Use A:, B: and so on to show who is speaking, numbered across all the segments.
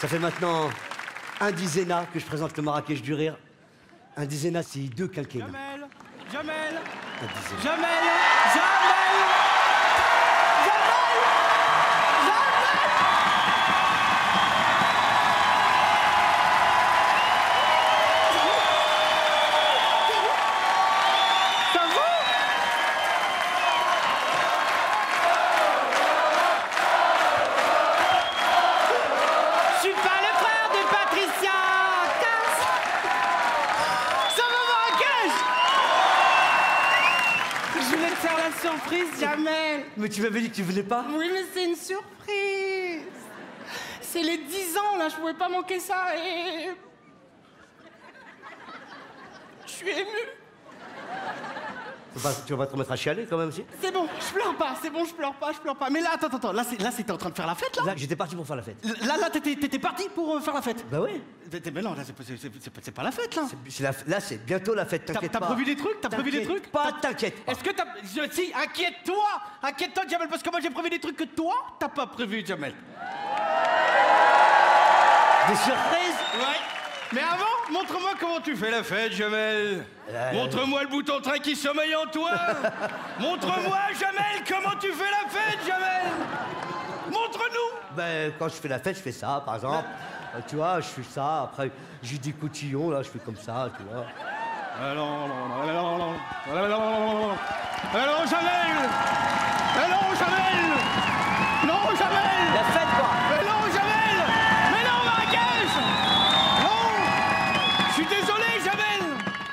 A: Ça fait maintenant un disénat que je présente le Marrakech du Rire. Un disénat, c'est deux quinquennats.
B: Jamel, Jamel,
A: Un disénat.
B: Jamel, Jamel. Je suis pas le frère de Patricia Cass. Ça me Marrakech Je voulais te faire la surprise, Jamel
A: Mais tu m'avais dit que tu venais pas
B: Oui, mais c'est une surprise C'est les 10 ans, là, je pouvais pas manquer ça et... Je suis émue
A: Faut pas- Tu vas pas te remettre à chialer quand même si
B: C'est bon, je pleure pas, c'est bon, je pleure pas, je pleure pas. Mais là, attends, attends, attends, là, c'est- là, c'était en train de faire la fête, là
A: Là, j'étais parti pour faire la fête.
B: Là, là, t'étais t'étais parti pour euh, faire la fête
A: Bah ouais.
B: T'étais- Mais non, là, c'est pas- c'est- c'est c'est- c'est pas la fête, là
A: C'est la- Là, c'est bientôt la fête,
B: T'as-
A: t'inquiète
B: T'as
A: pas.
B: prévu des trucs T'as prévu des
A: T'inquiète
B: trucs
A: Pas,
B: T'as-
A: t'inquiète pas.
B: Est-ce que t'as. je- Si, inquiète-toi Inquiète-toi, Jamel, parce que moi j'ai prévu des trucs que toi, t'as pas prévu, Jamel.
A: Des surprises
B: Ouais. Mais avant, montre-moi comment tu fais la fête, Jamel.
A: Euh,
B: Montre-moi le bouton train qui sommeille en toi. Montre-moi, Jamel, comment tu fais la fête, Jamel. Montre-nous.
A: Ben, quand je fais la fête, je fais ça, par exemple. Euh, tu vois, je fais ça, après, j'ai des cotillons, là, je fais comme ça, tu vois.
B: Allons, allons, allons, allons, allons, Jamel. Allons, Jamel. Non, Jamel.
A: La fête, quoi
B: Mais non, Jamel Mais non, Marrakech Non Je suis désolé, Jamel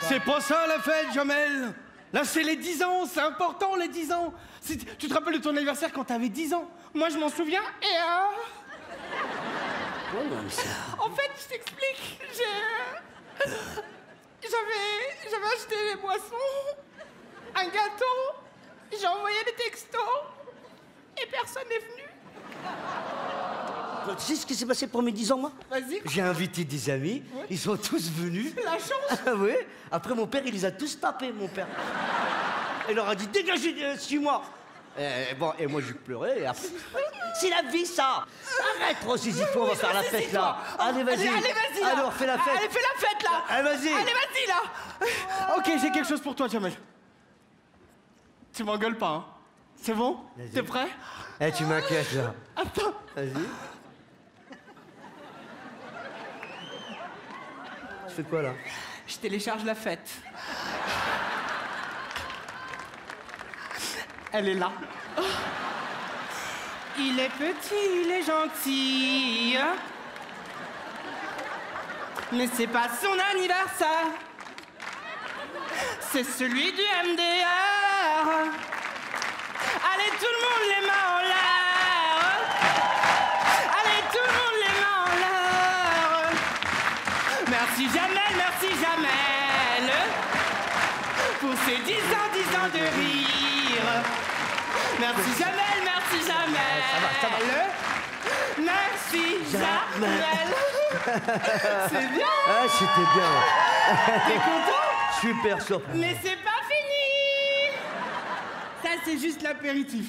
B: C'est pas ça la fête, Jamel Là, c'est les 10 ans, c'est important les 10 ans Si t- Tu te rappelles de ton anniversaire quand t'avais 10 ans Moi, je m'en souviens, et euh,
A: ben,
B: En fait, je t'explique, j'ai... J'avais... J'avais acheté des boissons, un gâteau, j'ai envoyé des textos, et personne n'est venu
A: Tu sais ce qui s'est passé pour mes 10 ans, moi
B: Vas-y,
A: J'ai invité des amis, ils sont tous venus.
B: la chance
A: Ah oui Après, mon père, il les a tous tapés, mon père. Il leur a dit, dégagez de suis-moi et, Eh, bon, et moi, j'ai pleuré, et après... C'est la vie, ça Arrête, ressaisis-toi, on va faire la fête, là Allez, vas-y
B: Oh, Allez, vas-y là.
A: Alors, fais la fête
B: Allez, fais la fête là
A: Allez, vas-y.
B: Allez, vas-y là Ok, j'ai quelque chose pour toi, Jamel. Tu m'engueules pas, hein C'est bon
A: Vas-y.
B: T'es prêt
A: Eh, tu m'inquiètes, là
B: Attends
A: Vas-y. Tu fais quoi, là
B: Je télécharge la fête. Elle est là. Il est petit, il est gentil. Mais c'est pas son anniversaire. C'est celui du MDR. Allez, tout le monde, les mains en l'air. Allez, tout le monde, les mains en l'air. Merci Jamel, merci Jamel Pour ces 10 ans, 10 ans de rire Merci Jamel, merci Jamel
A: Ça va, ça
B: Merci Jamel C'est bien,
A: Ah, c'était bien
B: t'es content
A: Super surprise
B: Mais c'est pas fini Ça c'est juste l'apéritif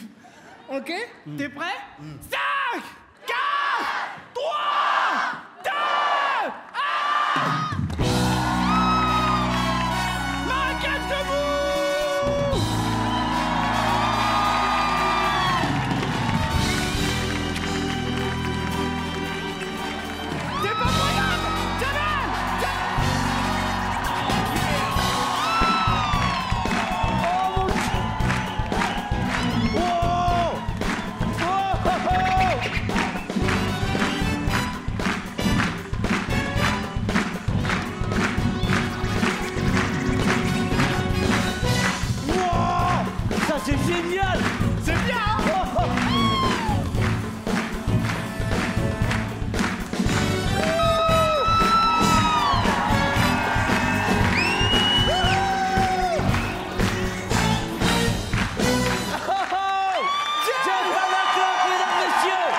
B: Ok T'es prêt 5 4 3 2 1 Marrakech debout T'es pas croyable Jamel Jamel Oh oh oh oh
A: hein
B: par la clope, mesdames, messieurs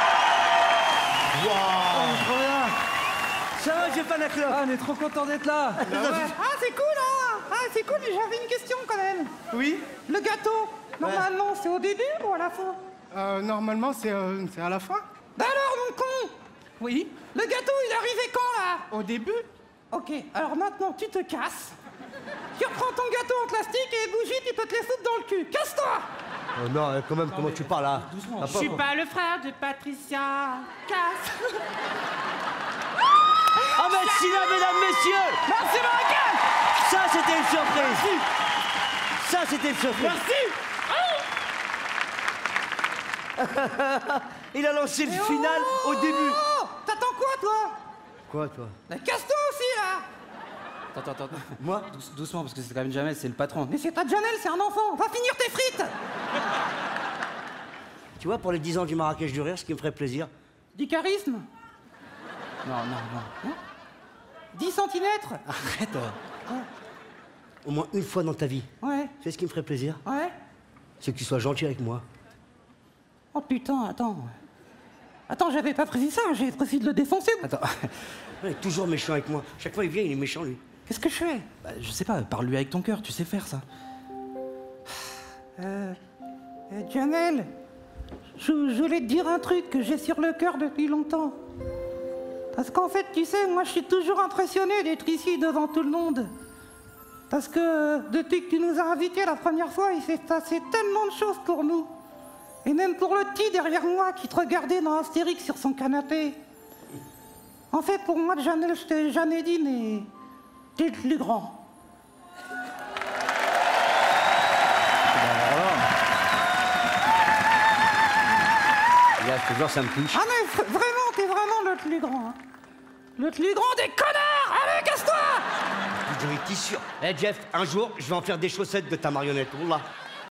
A: Ça va, j'ai pas la clope
C: Ah, on est trop content d'être là
D: Ah, c'est cool, hein Ah, c'est cool, mais j'avais une question quand même.
A: Oui
D: Le gâteau, normalement, c'est au début ou à la fin
E: Euh, normalement, c'est euh, c'est à la fin.
D: Bah alors, mon con
C: Oui
D: Le gâteau, il est arrivé quand, là
E: Au début
D: Ok, alors maintenant, tu te casses. Tu reprends ton gâteau en plastique et les bougies, tu peux te les foutre dans le cul. Casse-toi
A: Oh non, euh, quand même, comment tu parles là T'as
B: Je suis
A: pas-
B: pas le frère de Patricia Casse
A: Ah, ben sinon, mesdames, messieurs
B: Merci, Marrakech
A: Ça, c'était une surprise Ça, c'était une surprise Il a lancé le final au début
D: Oh T'attends quoi, toi
A: Quoi, toi
D: Mais casse-toi aussi, là
C: Attends, attends, attends.
A: Moi
C: Douce- doucement, parce que c'est quand même Jamel, c'est le patron.
D: Mais c'est pas Janelle, c'est un enfant Va finir tes frites
A: Tu vois, pour les 10 ans du Marrakech du Rire, ce qui me ferait plaisir,
D: Du charisme
C: Non, non, non.
D: 10 Hein centimètres
C: Arrête euh.
A: au moins une fois dans ta vie,
D: Ouais,
A: tu sais ce qui me ferait plaisir
D: ouais.
A: C'est que tu sois gentil avec moi.
D: Oh putain, attends. Attends, j'avais pas prévu ça, j'ai prévu de le défoncer.
C: Attends,
A: Il est toujours méchant avec moi. Chaque fois il vient, il est méchant, lui.
D: Qu'est-ce que je fais
C: Bah, je sais pas, parle-lui avec ton cœur, tu sais faire ça.
D: Euh, Janelle, je, je voulais te dire un truc que j'ai sur le cœur depuis longtemps. Parce qu'en fait, tu sais, moi je suis toujours impressionnée d'être ici devant tout le monde. Parce que euh, depuis que tu nous as invités la première fois, il s'est passé tellement de choses pour nous. Et même pour le petit derrière moi qui te regardait dans Astérix sur son canapé. En fait, pour moi, Janelle, je t'ai jamais dit, mais t'es le plus grand.
A: Là, je te jure, ça me touche.
D: Ah mais v- vraiment, t'es vraiment le plus grand. hein. Le plus grand des connards Allez, casse-toi
A: Je t'es sûr. Eh, Jeff, un jour, je vais en faire des chaussettes de ta marionnette. Oula.